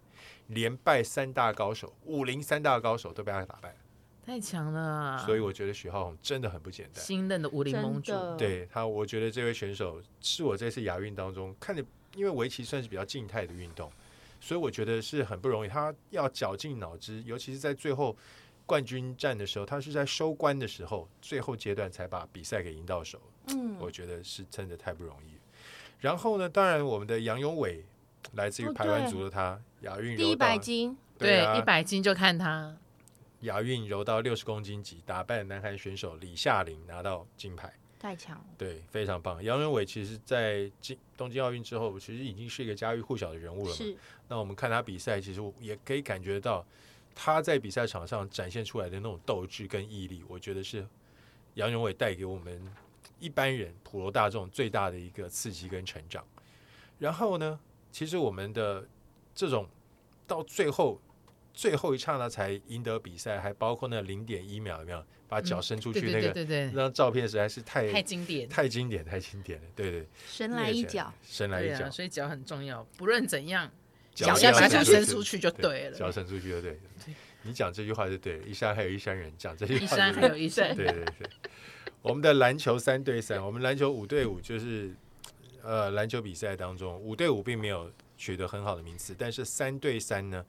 [SPEAKER 1] 连败三大高手，武林三大高手都被他打败了。
[SPEAKER 2] 太强了啊，
[SPEAKER 1] 所以我觉得许浩宏真的很不简单。
[SPEAKER 2] 新任的武林盟主
[SPEAKER 3] 真，的
[SPEAKER 1] 对他，我觉得这位选手是我这次亚运当中看着，因为围棋算是比较静态的运动，所以我觉得是很不容易。他要绞尽脑汁，尤其是在最后冠军战的时候，他是在收官的时候，最后阶段才把比赛给赢到手。
[SPEAKER 3] 嗯，
[SPEAKER 1] 我觉得是真的太不容易。然后呢，当然我们的杨永伟，来自于
[SPEAKER 3] 哦
[SPEAKER 1] 台湾
[SPEAKER 3] 对
[SPEAKER 1] 族的他，亚运
[SPEAKER 3] 第
[SPEAKER 1] 柔
[SPEAKER 3] 一
[SPEAKER 1] 道
[SPEAKER 3] 百，斤，
[SPEAKER 1] 对
[SPEAKER 2] 对，一
[SPEAKER 1] 啊，
[SPEAKER 2] 百斤就看他，
[SPEAKER 1] 亚运柔道六十公斤级打败南韩选手李夏琳拿到金牌，
[SPEAKER 3] 太强了。
[SPEAKER 1] 对，非常棒。杨永伟其实，在今东京奥运之后，其实已经是一个家喻户晓的人物了嘛。
[SPEAKER 3] 是，
[SPEAKER 1] 那我们看他比赛，其实我也可以感觉到他在比赛场上展现出来的那种斗志跟毅力，我觉得是杨永伟带给我们一般人普罗大众最大的一个刺激跟成长。然后呢，其实我们的这种到最后最后一刹那才赢得比赛，还包括那零点一秒有没有把脚伸出
[SPEAKER 2] 嗯对
[SPEAKER 1] 去
[SPEAKER 2] 对
[SPEAKER 1] 那
[SPEAKER 2] 对
[SPEAKER 1] 个，
[SPEAKER 2] 对对，
[SPEAKER 1] 那张照片实在是太
[SPEAKER 2] 太经典，
[SPEAKER 1] 太经典，太经典了。对对，
[SPEAKER 3] 神来一脚，，
[SPEAKER 1] 神来
[SPEAKER 2] 对
[SPEAKER 1] 一脚
[SPEAKER 2] 啊，，所以脚很重要，不论怎样，
[SPEAKER 1] 脚
[SPEAKER 2] 脚
[SPEAKER 1] 一
[SPEAKER 2] 要
[SPEAKER 1] 定
[SPEAKER 2] 把
[SPEAKER 1] 伸
[SPEAKER 2] 脚
[SPEAKER 1] 出
[SPEAKER 2] 伸
[SPEAKER 1] 去
[SPEAKER 2] 出去就对
[SPEAKER 1] 只要
[SPEAKER 2] 了。
[SPEAKER 1] 伸出去就对了。你讲这句话就对了，一山还有一山人，讲这句
[SPEAKER 2] 一
[SPEAKER 1] 话
[SPEAKER 2] 山
[SPEAKER 1] 就
[SPEAKER 2] 还有一 山，
[SPEAKER 1] 对对对。我们的篮球三对三，我们篮球五对五就是呃篮球比赛当中五对五并没有取得很好的名次，但是三对三呢，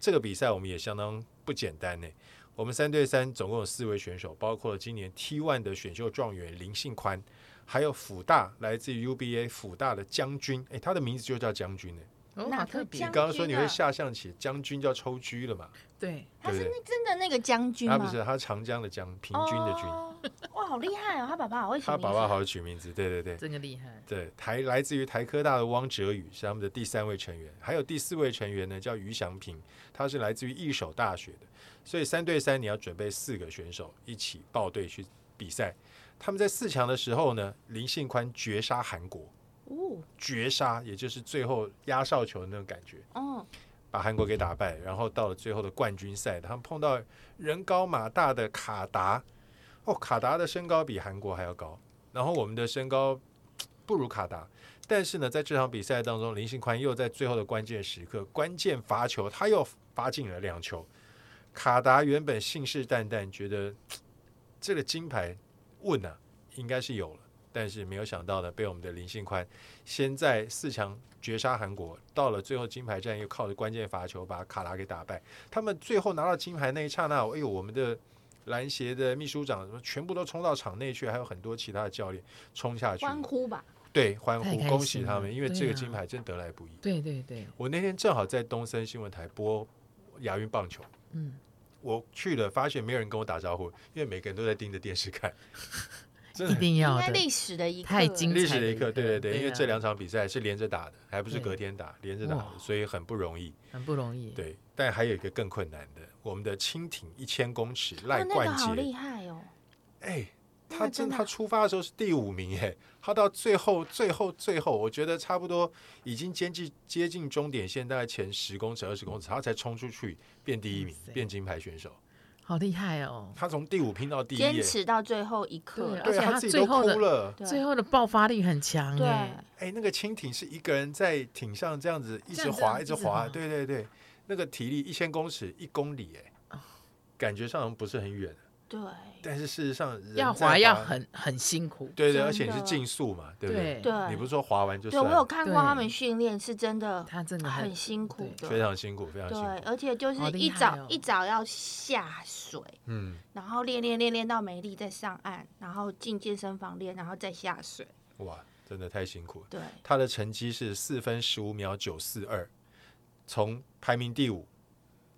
[SPEAKER 1] 这个比赛我们也相当不简单呢。我们三对三总共有四位选手，包括了今年 T1 的选秀状元林信宽，还有辅大来自于 UBA 辅大的将军，诶，他的名字就叫将军呢。
[SPEAKER 2] 哦，
[SPEAKER 3] 哪
[SPEAKER 2] 好
[SPEAKER 3] 个
[SPEAKER 2] 特别
[SPEAKER 1] 你
[SPEAKER 3] 将，
[SPEAKER 1] 刚刚说你
[SPEAKER 3] 军
[SPEAKER 1] 会
[SPEAKER 3] 啊
[SPEAKER 1] 下象棋，将军叫抽车了嘛？
[SPEAKER 2] 对，
[SPEAKER 3] 他
[SPEAKER 1] 对
[SPEAKER 3] 是
[SPEAKER 1] 不对
[SPEAKER 3] 那真的那个将军
[SPEAKER 1] 他
[SPEAKER 3] 吗？
[SPEAKER 1] 不是，他长江的江，平均的均。
[SPEAKER 3] 哦。哇，好厉害哦！他爸爸好会写
[SPEAKER 1] 他
[SPEAKER 3] 名字。
[SPEAKER 1] 爸爸好像取名字，对对对
[SPEAKER 2] 真的厉害，
[SPEAKER 1] 对，台来自于台科大的汪哲宇是他们的第三位成员，还有第四位成员呢叫于祥平，他是来自于一手大学的，所以三对三你要准备四个选手一起报队去比赛。他们在四强的时候呢，林信宽绝杀韩国，
[SPEAKER 3] 哦，
[SPEAKER 1] 绝杀也就是最后压哨球的那种感觉，
[SPEAKER 3] 嗯，
[SPEAKER 1] 把韩国给打败，然后到了最后的冠军赛，他们碰到人高马大的卡达，哦，卡达的身高比韩国还要高，然后我们的身高嘖不如卡达，但是呢，在这场比赛当中，林信宽又在最后的关键时刻，关键罚球，他又罚进了两球。卡达原本信誓旦旦，觉得嘖这个金牌问啊，应该是有了，但是没有想到呢，被我们的林信宽先在四强绝杀韩国，到了最后金牌战又靠着关键罚球把卡达给打败。他们最后拿到金牌那一刹那，哎呦，我们的篮协的秘书长什么全部都冲到场内去，还有很多其他的教练冲下去，
[SPEAKER 3] 欢呼吧！
[SPEAKER 1] 对，欢
[SPEAKER 2] 太
[SPEAKER 1] 呼
[SPEAKER 2] 开
[SPEAKER 1] 恭喜
[SPEAKER 2] 心
[SPEAKER 1] 他
[SPEAKER 2] 了
[SPEAKER 1] 们，因为
[SPEAKER 2] 对
[SPEAKER 1] 这个
[SPEAKER 2] 啊
[SPEAKER 1] 金牌真得来不易。
[SPEAKER 2] 对对对，
[SPEAKER 1] 我那天正好在东森新闻台播亚运棒球，
[SPEAKER 2] 嗯，
[SPEAKER 1] 我去了，发现没有人跟我打招呼，因为每个人都在盯着电视 看，真
[SPEAKER 2] 一
[SPEAKER 1] 的
[SPEAKER 2] 定
[SPEAKER 3] 应
[SPEAKER 2] 要
[SPEAKER 3] 该
[SPEAKER 2] 的，
[SPEAKER 3] 历史的一刻，
[SPEAKER 2] 太精
[SPEAKER 1] 历史的
[SPEAKER 2] 的
[SPEAKER 1] 一
[SPEAKER 2] 一
[SPEAKER 1] 刻，
[SPEAKER 2] 刻
[SPEAKER 1] 对对对，
[SPEAKER 2] 对
[SPEAKER 1] 因为
[SPEAKER 2] 啊
[SPEAKER 1] 这两场比赛是连着打的，还不是
[SPEAKER 2] 对
[SPEAKER 1] 隔天打，连着打的
[SPEAKER 2] 哇，
[SPEAKER 1] 所以很不容易。
[SPEAKER 2] 很不容易。
[SPEAKER 1] 对，但还有一个更困难的，我们的轻艇一千公尺赖
[SPEAKER 3] 哦，那个
[SPEAKER 1] 冠
[SPEAKER 3] 好
[SPEAKER 1] 杰，
[SPEAKER 3] 厉害哦！
[SPEAKER 1] 哎，
[SPEAKER 2] 啊
[SPEAKER 3] 那
[SPEAKER 1] 他
[SPEAKER 3] 个
[SPEAKER 1] 真
[SPEAKER 3] 真的
[SPEAKER 1] 他出发的时候是第五名哎，他到最后最后最后，我觉得差不多已经接近接近终点线，大概前十公尺二十公尺，他才冲出去变第一名
[SPEAKER 2] 哇，塞
[SPEAKER 1] 变金牌选手。
[SPEAKER 2] 好厉害哦！
[SPEAKER 1] 他从第五拼到第一
[SPEAKER 3] 坚
[SPEAKER 1] 耶，
[SPEAKER 3] 持到最后一刻
[SPEAKER 2] 对
[SPEAKER 3] 了，
[SPEAKER 2] 而
[SPEAKER 1] 对啊
[SPEAKER 2] 且
[SPEAKER 1] 他
[SPEAKER 2] 他
[SPEAKER 1] 自己
[SPEAKER 2] 最
[SPEAKER 1] 都
[SPEAKER 2] 后的
[SPEAKER 1] 哭了。
[SPEAKER 3] 对啊
[SPEAKER 2] 最后的爆发力很强
[SPEAKER 3] 对
[SPEAKER 2] 哎，
[SPEAKER 1] 哎，那个蜻蜓是一个人在艇上这样子一
[SPEAKER 2] 这
[SPEAKER 1] 直
[SPEAKER 2] 样这
[SPEAKER 1] 滑，
[SPEAKER 2] 样
[SPEAKER 1] 一直
[SPEAKER 2] 一直
[SPEAKER 1] 滑，
[SPEAKER 2] 滑
[SPEAKER 1] 对
[SPEAKER 2] 哦
[SPEAKER 1] 对对，那个体力一千公尺一公里，哎，感觉上不是很远，
[SPEAKER 3] 对
[SPEAKER 1] 但是事实上人
[SPEAKER 2] 要
[SPEAKER 1] 在
[SPEAKER 2] 滑要很很辛苦。
[SPEAKER 1] 对对，
[SPEAKER 3] 真
[SPEAKER 1] 而且你是
[SPEAKER 3] 的
[SPEAKER 1] 竞速嘛，对不
[SPEAKER 2] 对
[SPEAKER 3] 对
[SPEAKER 1] 你不是说滑完就
[SPEAKER 3] 对，
[SPEAKER 1] 算，
[SPEAKER 3] 我有看过他
[SPEAKER 2] 对
[SPEAKER 3] 们训练，是真的
[SPEAKER 2] 他真的很
[SPEAKER 3] 很辛苦的，
[SPEAKER 1] 非常辛苦，非常辛
[SPEAKER 3] 对，
[SPEAKER 1] 苦。
[SPEAKER 3] 而且就是
[SPEAKER 2] 好厉
[SPEAKER 3] 一
[SPEAKER 2] 害
[SPEAKER 3] 早、
[SPEAKER 2] 哦
[SPEAKER 3] 一早要下水，
[SPEAKER 1] 嗯，
[SPEAKER 3] 然后练练练练到没力再上岸，然后进健身房练，然后再下水。
[SPEAKER 1] 哇，真的太辛苦了。
[SPEAKER 3] 对，
[SPEAKER 1] 他的成绩是四分十五秒九四二，从排名第五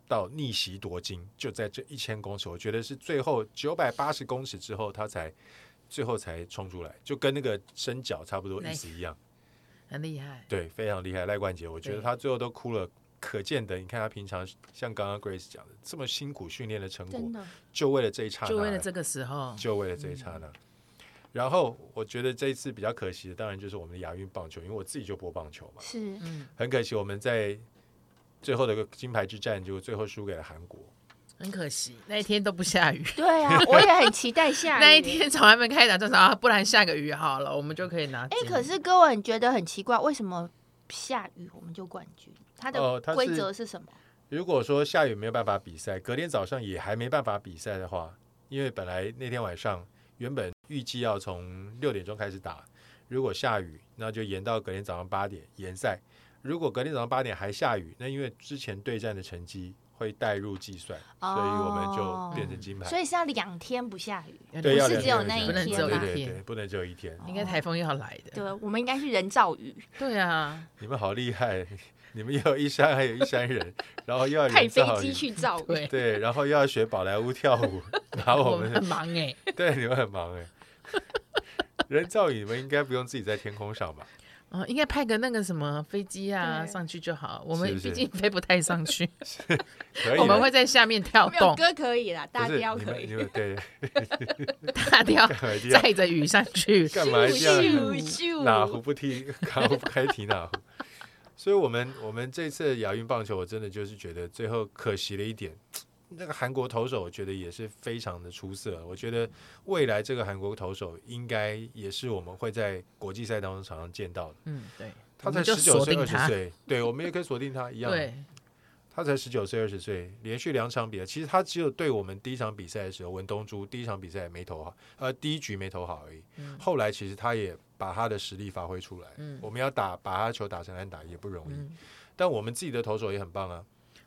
[SPEAKER 1] 到逆袭夺金，就在这一千公尺，我觉得是最后九百八十公尺之后，他才最后才冲出来，就跟那个伸脚差不多意思一样。
[SPEAKER 2] 很厉害，
[SPEAKER 1] 对，非常厉害，赖冠杰，我觉得
[SPEAKER 2] 对
[SPEAKER 1] 他最后都哭了。可见的，你看他平常像刚刚 Grace 讲的，这么辛苦训练的成
[SPEAKER 3] 真
[SPEAKER 1] 果，
[SPEAKER 3] 的
[SPEAKER 1] 就为了这一刹那，
[SPEAKER 2] 就为了这个时候，
[SPEAKER 1] 就为了这一刹那。然后我觉得这一次比较可惜的，当然就是我们的亚运棒球，因为我自己就播棒球嘛，
[SPEAKER 3] 是
[SPEAKER 2] 嗯，
[SPEAKER 1] 很可惜我们在最后的一个金牌之战就最后输给了韩国。
[SPEAKER 2] 很可惜那一天都不下雨。
[SPEAKER 3] 对啊，我也很期待下雨
[SPEAKER 2] 那一。天从还没开打就说啊，不然下个雨好了，我们就可以拿
[SPEAKER 3] 哎
[SPEAKER 2] 金。，
[SPEAKER 3] 可是各位你觉得很奇怪，为什么下雨我们就冠军？它
[SPEAKER 1] 哦
[SPEAKER 3] 的
[SPEAKER 1] 它是
[SPEAKER 3] 规则是什么？
[SPEAKER 1] 如果说下雨没有办法比赛，隔天早上也还没办法比赛的话，因为本来那天晚上原本预计要从六点钟开始打，如果下雨，那就延到隔天早上八点延赛。如果隔天早上八点还下雨，那因为之前对战的成绩会带入计算，所以我们就变成金牌。
[SPEAKER 3] 所以是要两天不下雨。
[SPEAKER 1] 对，
[SPEAKER 3] 不
[SPEAKER 1] 要
[SPEAKER 3] 是
[SPEAKER 1] 两
[SPEAKER 3] 只有
[SPEAKER 1] 天
[SPEAKER 3] 那一
[SPEAKER 1] 不能
[SPEAKER 3] 天哦
[SPEAKER 1] 对
[SPEAKER 3] 吧
[SPEAKER 1] 对
[SPEAKER 2] 天
[SPEAKER 1] 对，不能只有一天。
[SPEAKER 2] 应该台风要来的。
[SPEAKER 3] 对，我们应该是人造雨，
[SPEAKER 2] 对啊，
[SPEAKER 1] 你们好厉害， 你们又有一山，还有一山人，然后又要
[SPEAKER 3] 派
[SPEAKER 1] 人
[SPEAKER 3] 飞
[SPEAKER 1] 造
[SPEAKER 3] 机
[SPEAKER 1] 雨，
[SPEAKER 3] 去造雨。
[SPEAKER 2] 对，
[SPEAKER 1] 对，然后又要学宝莱坞跳舞，拿我
[SPEAKER 2] 我们
[SPEAKER 1] 们
[SPEAKER 2] 很
[SPEAKER 1] 的，
[SPEAKER 2] 忙哎。
[SPEAKER 1] 对，你们很忙哎。人造雨，你们应该不用自己在天空上吧？
[SPEAKER 2] 哦，应该派个那个什么飞机啊
[SPEAKER 3] 对
[SPEAKER 2] 上去就好。我
[SPEAKER 1] 是
[SPEAKER 2] 们
[SPEAKER 1] 是哎
[SPEAKER 2] 毕竟飞不太 上去，
[SPEAKER 1] 可以的，
[SPEAKER 2] 我们会在下面跳
[SPEAKER 3] 没有
[SPEAKER 2] 动，
[SPEAKER 3] 歌可以啦，
[SPEAKER 1] 不
[SPEAKER 3] 大
[SPEAKER 1] 是
[SPEAKER 3] 雕
[SPEAKER 1] 你
[SPEAKER 3] 可
[SPEAKER 1] 们你
[SPEAKER 3] 以。
[SPEAKER 1] 们对，
[SPEAKER 2] 大 跳
[SPEAKER 1] 干嘛一定要
[SPEAKER 2] 载着雨上去。
[SPEAKER 1] 干嘛一定要
[SPEAKER 3] 咻 咻
[SPEAKER 1] 哪壶不提哪壶不开提哪壶。 所以我们我们这次亚运棒球，我真的就是觉得最后可惜了一点。那个韩国投手，我觉得也是非常的出色。我觉得未来这个韩国投手应该也是我们会在国际赛当中常常见到的。
[SPEAKER 2] 嗯，对，
[SPEAKER 1] 他
[SPEAKER 2] 我们
[SPEAKER 1] 才
[SPEAKER 2] 就
[SPEAKER 1] 十九
[SPEAKER 2] 锁
[SPEAKER 1] 岁、
[SPEAKER 2] 定
[SPEAKER 1] 二十
[SPEAKER 2] 他。
[SPEAKER 1] 岁，对我们也可以锁定他一样。
[SPEAKER 2] 对，
[SPEAKER 1] 他才十九岁、二十岁，连续两场比赛，其实他只有对我们第一场比赛的时候，文东珠第一场比赛没投好，呃，第一局没投好而已。
[SPEAKER 2] 嗯
[SPEAKER 1] 后来其实他也把他的实力发挥出来。
[SPEAKER 2] 嗯
[SPEAKER 1] 我们要打把他球打成安打也不容易，
[SPEAKER 2] 嗯，
[SPEAKER 1] 但我们自己的投手也很棒啊。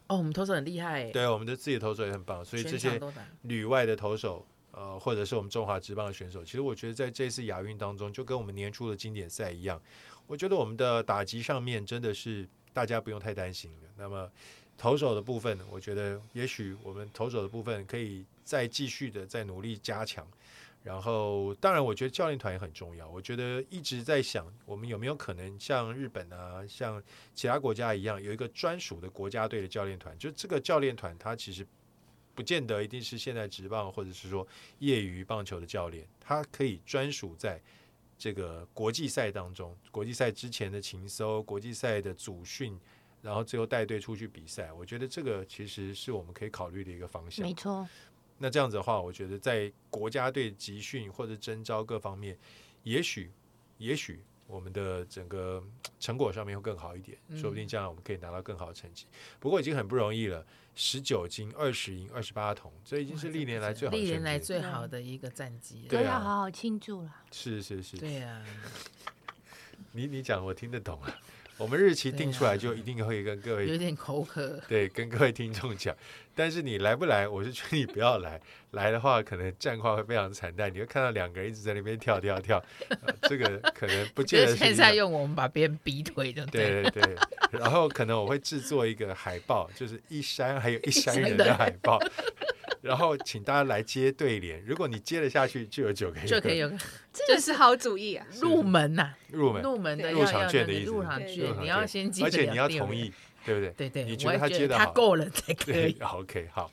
[SPEAKER 2] 哦，我们投手很厉害哎，
[SPEAKER 1] 对，我们的自己的投手也很棒，所以
[SPEAKER 2] 全
[SPEAKER 1] 这
[SPEAKER 2] 场
[SPEAKER 1] 些
[SPEAKER 2] 都打
[SPEAKER 1] 旅外的投手，呃，或者是我们中华职棒的选手，其实我觉得在这次亚运当中，就跟我们年初的经典赛一样，我觉得我们的打击上面真的是大家不用太担心了。那么投手的部分，我觉得也许我们投手的部分可以再继续的再努力加强。然后，当然，我觉得教练团也很重要。我觉得一直在想，我们有没有可能像日本啊，像其他国家一样，有一个专属的国家队的教练团？就这个教练团，他其实不见得一定是现在职棒或者是说业余棒球的教练，他可以专属在这个国际赛当中，国际赛之前的勤搜、国际赛的组训，然后最后带队出去比赛。我觉得这个其实是我们可以考虑的一个方向
[SPEAKER 3] 没。错，
[SPEAKER 1] 那这样子的话，我觉得在国家队集训或者征招各方面，也许，也许我们的整个呃成果上面会更好一点，说
[SPEAKER 2] 嗯
[SPEAKER 1] 不定将来我们可以拿到更好的成绩。不过已经很不容易了，十九金、二十银、二十八铜，这已经是历年来最好的
[SPEAKER 2] 历年来
[SPEAKER 1] 成绩。
[SPEAKER 2] 最
[SPEAKER 4] 啊
[SPEAKER 2] 好的一个战绩了。
[SPEAKER 1] 对
[SPEAKER 3] 都
[SPEAKER 1] 啊
[SPEAKER 3] 要好好庆祝啦。
[SPEAKER 1] 是是是，
[SPEAKER 2] 对啊呀，
[SPEAKER 1] 你你讲我听得懂啊。我们日期定出来就一定会跟各位
[SPEAKER 2] 啊有点口 渴。
[SPEAKER 1] 对，跟各位听众讲，但是你来不来，我是劝你不要来。来的话，可能战况会非常惨淡，你会看到两个人一直在那边跳跳跳，呃这个可能不见
[SPEAKER 2] 就
[SPEAKER 1] 得
[SPEAKER 2] 是
[SPEAKER 1] 是
[SPEAKER 2] 现
[SPEAKER 1] 一
[SPEAKER 2] 在
[SPEAKER 1] 个
[SPEAKER 2] 用我们把别人逼退的，对，
[SPEAKER 1] 对对对，然后可能我会制作一个海报，就是一山还有一山
[SPEAKER 2] 山
[SPEAKER 1] 人
[SPEAKER 2] 的
[SPEAKER 1] 的海报， 然后请大家来接对联。如果你接得下去，就有九个
[SPEAKER 2] 就可以
[SPEAKER 1] 人
[SPEAKER 2] 有个
[SPEAKER 4] 这是好主意啊！
[SPEAKER 2] 入门呐、
[SPEAKER 1] 入门，
[SPEAKER 2] 入门的
[SPEAKER 4] 对
[SPEAKER 2] 要
[SPEAKER 1] 入场
[SPEAKER 2] 要
[SPEAKER 1] 券
[SPEAKER 2] 那
[SPEAKER 1] 的
[SPEAKER 2] 个
[SPEAKER 1] 意思
[SPEAKER 2] 入场
[SPEAKER 4] 对
[SPEAKER 1] 入
[SPEAKER 2] 券，
[SPEAKER 1] 场
[SPEAKER 2] 你要
[SPEAKER 1] 券
[SPEAKER 2] 先记
[SPEAKER 1] 而
[SPEAKER 2] 得
[SPEAKER 1] 且你要
[SPEAKER 2] 两六
[SPEAKER 1] 同
[SPEAKER 2] 人，
[SPEAKER 1] 意，对不对？
[SPEAKER 2] 对对，
[SPEAKER 1] 你
[SPEAKER 2] 我
[SPEAKER 1] 觉得
[SPEAKER 2] 也
[SPEAKER 1] 他接得
[SPEAKER 2] 他
[SPEAKER 1] 好
[SPEAKER 2] 够了才 可
[SPEAKER 1] 对
[SPEAKER 2] 以。
[SPEAKER 1] ，OK，好。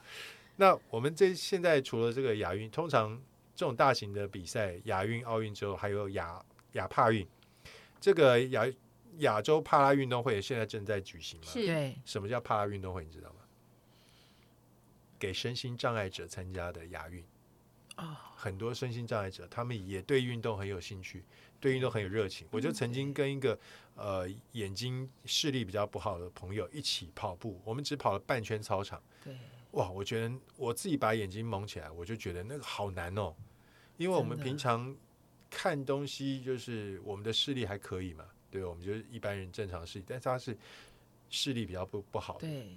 [SPEAKER 1] 那我们这现在除了这个亚运，通常这种大型的比赛，亚运、奥运之后，还有亚亚帕运，这个亚亚洲帕拉运动会现在正在举行嘛？
[SPEAKER 3] 是
[SPEAKER 2] 对，
[SPEAKER 1] 什么叫帕拉运动会？你知道吗？给身心障碍者参加的亚运，
[SPEAKER 2] 哦，
[SPEAKER 1] 很多身心障碍者他们也对运动很有兴趣，对运动很有热情。我就曾经跟一个呃眼睛视力比较不好的朋友一起跑步，我们只跑了半圈操场。
[SPEAKER 2] 对，
[SPEAKER 1] 哇，我觉得我自己把眼睛蒙起来，我就觉得那个好难哦，因为我们
[SPEAKER 2] 真的
[SPEAKER 1] 平常看东西就是我们的视力还可以嘛，对，我们就是一般人正常视力，但是他是视力比较不不好的，
[SPEAKER 2] 对，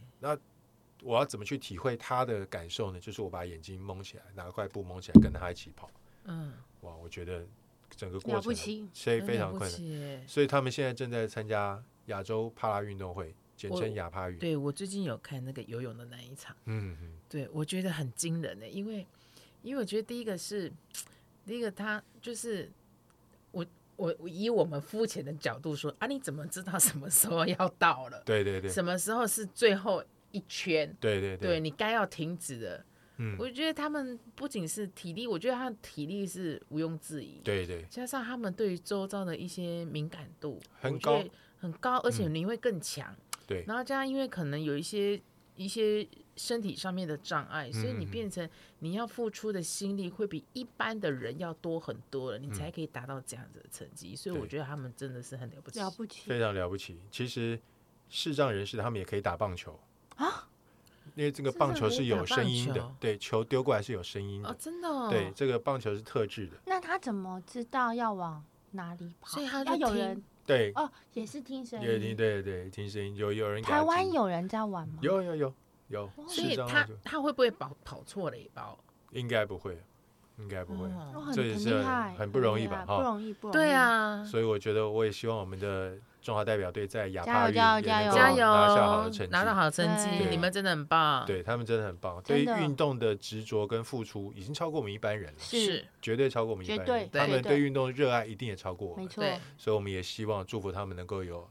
[SPEAKER 1] 我要怎么去体会他的感受呢？就是我把眼睛蒙起来，拿块布蒙起来，跟他一起跑。
[SPEAKER 2] 嗯，
[SPEAKER 1] 哇，我觉得整个过
[SPEAKER 3] 了
[SPEAKER 1] 程
[SPEAKER 3] 不起，
[SPEAKER 1] 所以
[SPEAKER 2] 很
[SPEAKER 1] 非
[SPEAKER 2] 了
[SPEAKER 1] 常
[SPEAKER 2] 不
[SPEAKER 1] 困难。
[SPEAKER 2] 起耶
[SPEAKER 1] 所以他们现在正在参加亚洲帕拉运动会，简
[SPEAKER 2] 我
[SPEAKER 1] 称亚帕运。
[SPEAKER 2] 对我最近有看那个游泳的那一场，
[SPEAKER 1] 嗯，嗯
[SPEAKER 2] 对我觉得很惊人的、因为因为我觉得第一个是第一个他就是我我我以我们肤浅的角度说啊，你怎么知道什么时候要到了？
[SPEAKER 1] 对对对，
[SPEAKER 2] 什么时候是最后一圈？
[SPEAKER 1] 对对
[SPEAKER 2] 对，你该要停止的。
[SPEAKER 1] 嗯，
[SPEAKER 2] 我觉得他们不仅是体力，我觉得他的体力是毋庸置疑。
[SPEAKER 1] 对对
[SPEAKER 2] 加上他们对于周遭的一些敏感度
[SPEAKER 1] 很
[SPEAKER 2] 我觉得
[SPEAKER 1] 高嗯
[SPEAKER 2] 很高，而且你会更强。
[SPEAKER 1] 对，
[SPEAKER 2] 然后加上因为可能有一些一些身体上面的障碍，所以你
[SPEAKER 1] 嗯嗯
[SPEAKER 2] 变成你要付出的心力会比一般的人要多很多了，你才可以达到这样子的成绩。所以我
[SPEAKER 1] 嗯对
[SPEAKER 2] 觉得他们真的是很了不起。
[SPEAKER 3] 了不起，
[SPEAKER 1] 非常了不起。其实视障人士他们也可以打棒球
[SPEAKER 3] 啊，
[SPEAKER 1] 因为这个
[SPEAKER 2] 视
[SPEAKER 1] 棒球
[SPEAKER 2] 障可以
[SPEAKER 1] 是
[SPEAKER 2] 打
[SPEAKER 1] 有
[SPEAKER 2] 棒
[SPEAKER 1] 声音的
[SPEAKER 2] 球，
[SPEAKER 1] 对，球丢过来是有声音
[SPEAKER 2] 哦
[SPEAKER 1] 的，，
[SPEAKER 2] 真的哦。
[SPEAKER 1] 对，，这个棒球是特制的，
[SPEAKER 3] 那他怎么知道要往哪里跑？
[SPEAKER 2] 所以他就
[SPEAKER 3] 要有
[SPEAKER 2] 听
[SPEAKER 3] 人
[SPEAKER 1] 对，
[SPEAKER 3] 哦，也是听声
[SPEAKER 1] 也听
[SPEAKER 3] 音。
[SPEAKER 1] 对对听声音，有有人给他
[SPEAKER 3] 台湾
[SPEAKER 1] 听
[SPEAKER 3] 有人在玩吗？
[SPEAKER 1] 有有有有
[SPEAKER 2] 所
[SPEAKER 1] 视
[SPEAKER 2] 以
[SPEAKER 1] 障
[SPEAKER 2] 他
[SPEAKER 1] 棒球
[SPEAKER 2] 他会不会跑跑错了一包？
[SPEAKER 1] 应该不会，应该不会。
[SPEAKER 3] 哦，
[SPEAKER 2] 哦
[SPEAKER 3] 很
[SPEAKER 1] 这也
[SPEAKER 3] 很
[SPEAKER 1] 是
[SPEAKER 3] 厉害，
[SPEAKER 1] 很不容易
[SPEAKER 3] 厉害
[SPEAKER 1] 吧哈
[SPEAKER 3] 不容易，不容易。
[SPEAKER 2] 对，啊，
[SPEAKER 1] 所以我觉得，我也希望我们的中华代表队在亚
[SPEAKER 3] 加
[SPEAKER 1] 帕
[SPEAKER 3] 油
[SPEAKER 1] 运
[SPEAKER 3] 加油
[SPEAKER 1] 也
[SPEAKER 3] 加
[SPEAKER 1] 能
[SPEAKER 3] 油
[SPEAKER 1] 够
[SPEAKER 2] 加油，
[SPEAKER 1] 拿下好的成绩，
[SPEAKER 2] 拿到好成绩，
[SPEAKER 3] 对
[SPEAKER 2] 你们真的很棒。，
[SPEAKER 1] 对他们真的很棒，对
[SPEAKER 3] 真
[SPEAKER 1] 于
[SPEAKER 3] 的
[SPEAKER 1] 运动的执着跟付出，已经超过我们一般人了，
[SPEAKER 2] 是
[SPEAKER 3] 是，
[SPEAKER 1] 绝对超过我们一
[SPEAKER 3] 绝
[SPEAKER 1] 般人。
[SPEAKER 3] 对
[SPEAKER 1] 他们
[SPEAKER 3] 绝
[SPEAKER 1] 对
[SPEAKER 3] 对
[SPEAKER 1] 运动的热爱一定也超过我
[SPEAKER 3] 没
[SPEAKER 1] 们，
[SPEAKER 3] 错，
[SPEAKER 2] 对，
[SPEAKER 1] 所以我们也希望祝福他们能够有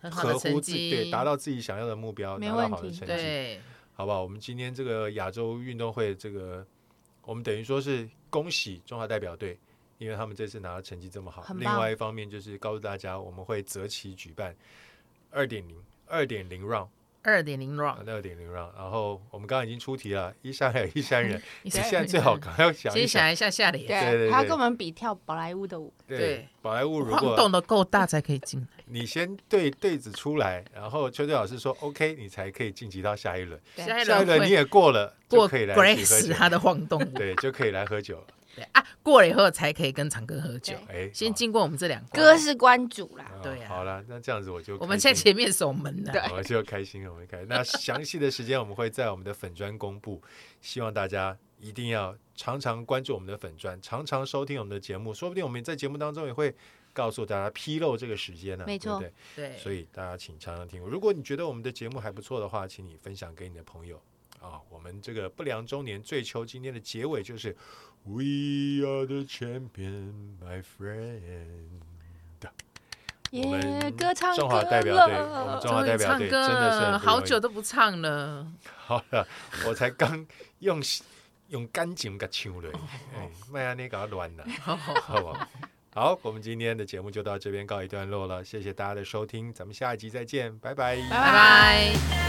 [SPEAKER 2] 很好的
[SPEAKER 1] 合乎
[SPEAKER 2] 成
[SPEAKER 1] 自己对
[SPEAKER 2] 绩，
[SPEAKER 1] 达到自己想要的目标，
[SPEAKER 3] 没
[SPEAKER 1] 拿到好的
[SPEAKER 3] 问题
[SPEAKER 1] 成绩，
[SPEAKER 2] 对，
[SPEAKER 1] 好不好？我们今天这个亚洲运动会，这个我们等于说是恭喜中华代表队。因为他们这次拿的成绩这么好，
[SPEAKER 3] 很
[SPEAKER 1] 另
[SPEAKER 3] 棒
[SPEAKER 1] 外一方面就是告诉大家，我们会择期举办二点零二点零 round 啊
[SPEAKER 2] 二点零 round。
[SPEAKER 1] 二点零 round，然后我们刚刚已经出题了，一山还有一山 人，
[SPEAKER 2] 你
[SPEAKER 1] 你现在最好赶快想一
[SPEAKER 2] 先
[SPEAKER 1] 想，
[SPEAKER 2] 想一下下联，
[SPEAKER 1] 对对
[SPEAKER 3] 他
[SPEAKER 1] 对
[SPEAKER 3] 跟我们比跳宝莱坞的舞，
[SPEAKER 1] 对
[SPEAKER 2] 对，
[SPEAKER 1] 宝莱坞如
[SPEAKER 2] 晃动
[SPEAKER 1] 果
[SPEAKER 2] 的够大才可以进来。
[SPEAKER 1] 你先对对子出来，然后邱队老师说 OK，你才可以晋级到下一轮，
[SPEAKER 3] 对
[SPEAKER 2] 下一
[SPEAKER 1] 下一轮你
[SPEAKER 2] 会
[SPEAKER 1] 也过了，就
[SPEAKER 2] 过
[SPEAKER 1] 可以来一起喝
[SPEAKER 2] Grace 啊
[SPEAKER 1] 酒，
[SPEAKER 2] 他的晃动舞，
[SPEAKER 1] 对，就可以来喝酒了。
[SPEAKER 2] 对啊，过了以后才可以跟长哥喝酒。
[SPEAKER 1] 哎，
[SPEAKER 2] 先
[SPEAKER 1] 好
[SPEAKER 2] 经过我们这两关
[SPEAKER 3] 哥，是关主啦。
[SPEAKER 1] 啊
[SPEAKER 2] 对啊
[SPEAKER 1] 好了，那这样子我就
[SPEAKER 2] 我
[SPEAKER 1] 开
[SPEAKER 2] 们在
[SPEAKER 1] 心
[SPEAKER 2] 前面守门的。
[SPEAKER 1] 我们就开心了，我们开心。那详细的时间我们会在我们的粉砖公布， 希望大家一定要常常关注我们的粉砖，常常收听我们的节目，说不定我们在节目当中也会告诉大家披露这个时间呢、
[SPEAKER 3] 没错
[SPEAKER 1] 对不
[SPEAKER 2] 对
[SPEAKER 1] 对？，所以大家请常常听。如果你觉得我们的节目还不错的话，请你分享给你的朋友啊。我们这个不良周年最秋今天的结尾就是 We are the champion, my friend。
[SPEAKER 3] 耶
[SPEAKER 1] 我们
[SPEAKER 3] 歌唱
[SPEAKER 1] 中华
[SPEAKER 3] 歌
[SPEAKER 1] 代表队，
[SPEAKER 3] 了
[SPEAKER 1] 我们中华
[SPEAKER 2] 终
[SPEAKER 1] 代
[SPEAKER 2] 于
[SPEAKER 1] 表
[SPEAKER 2] 唱
[SPEAKER 1] 队真
[SPEAKER 2] 歌
[SPEAKER 1] 的是很
[SPEAKER 2] 了，
[SPEAKER 1] 不容
[SPEAKER 2] 好
[SPEAKER 1] 易
[SPEAKER 2] 久都不唱了。
[SPEAKER 1] 好了，我才刚用 用感情给唱了，哎，麦安尼搞乱了，好不好？好，我们今天的节目就到这边告一段落了，谢谢大家的收听，咱们下一集再见，拜拜
[SPEAKER 3] 拜
[SPEAKER 2] 拜拜。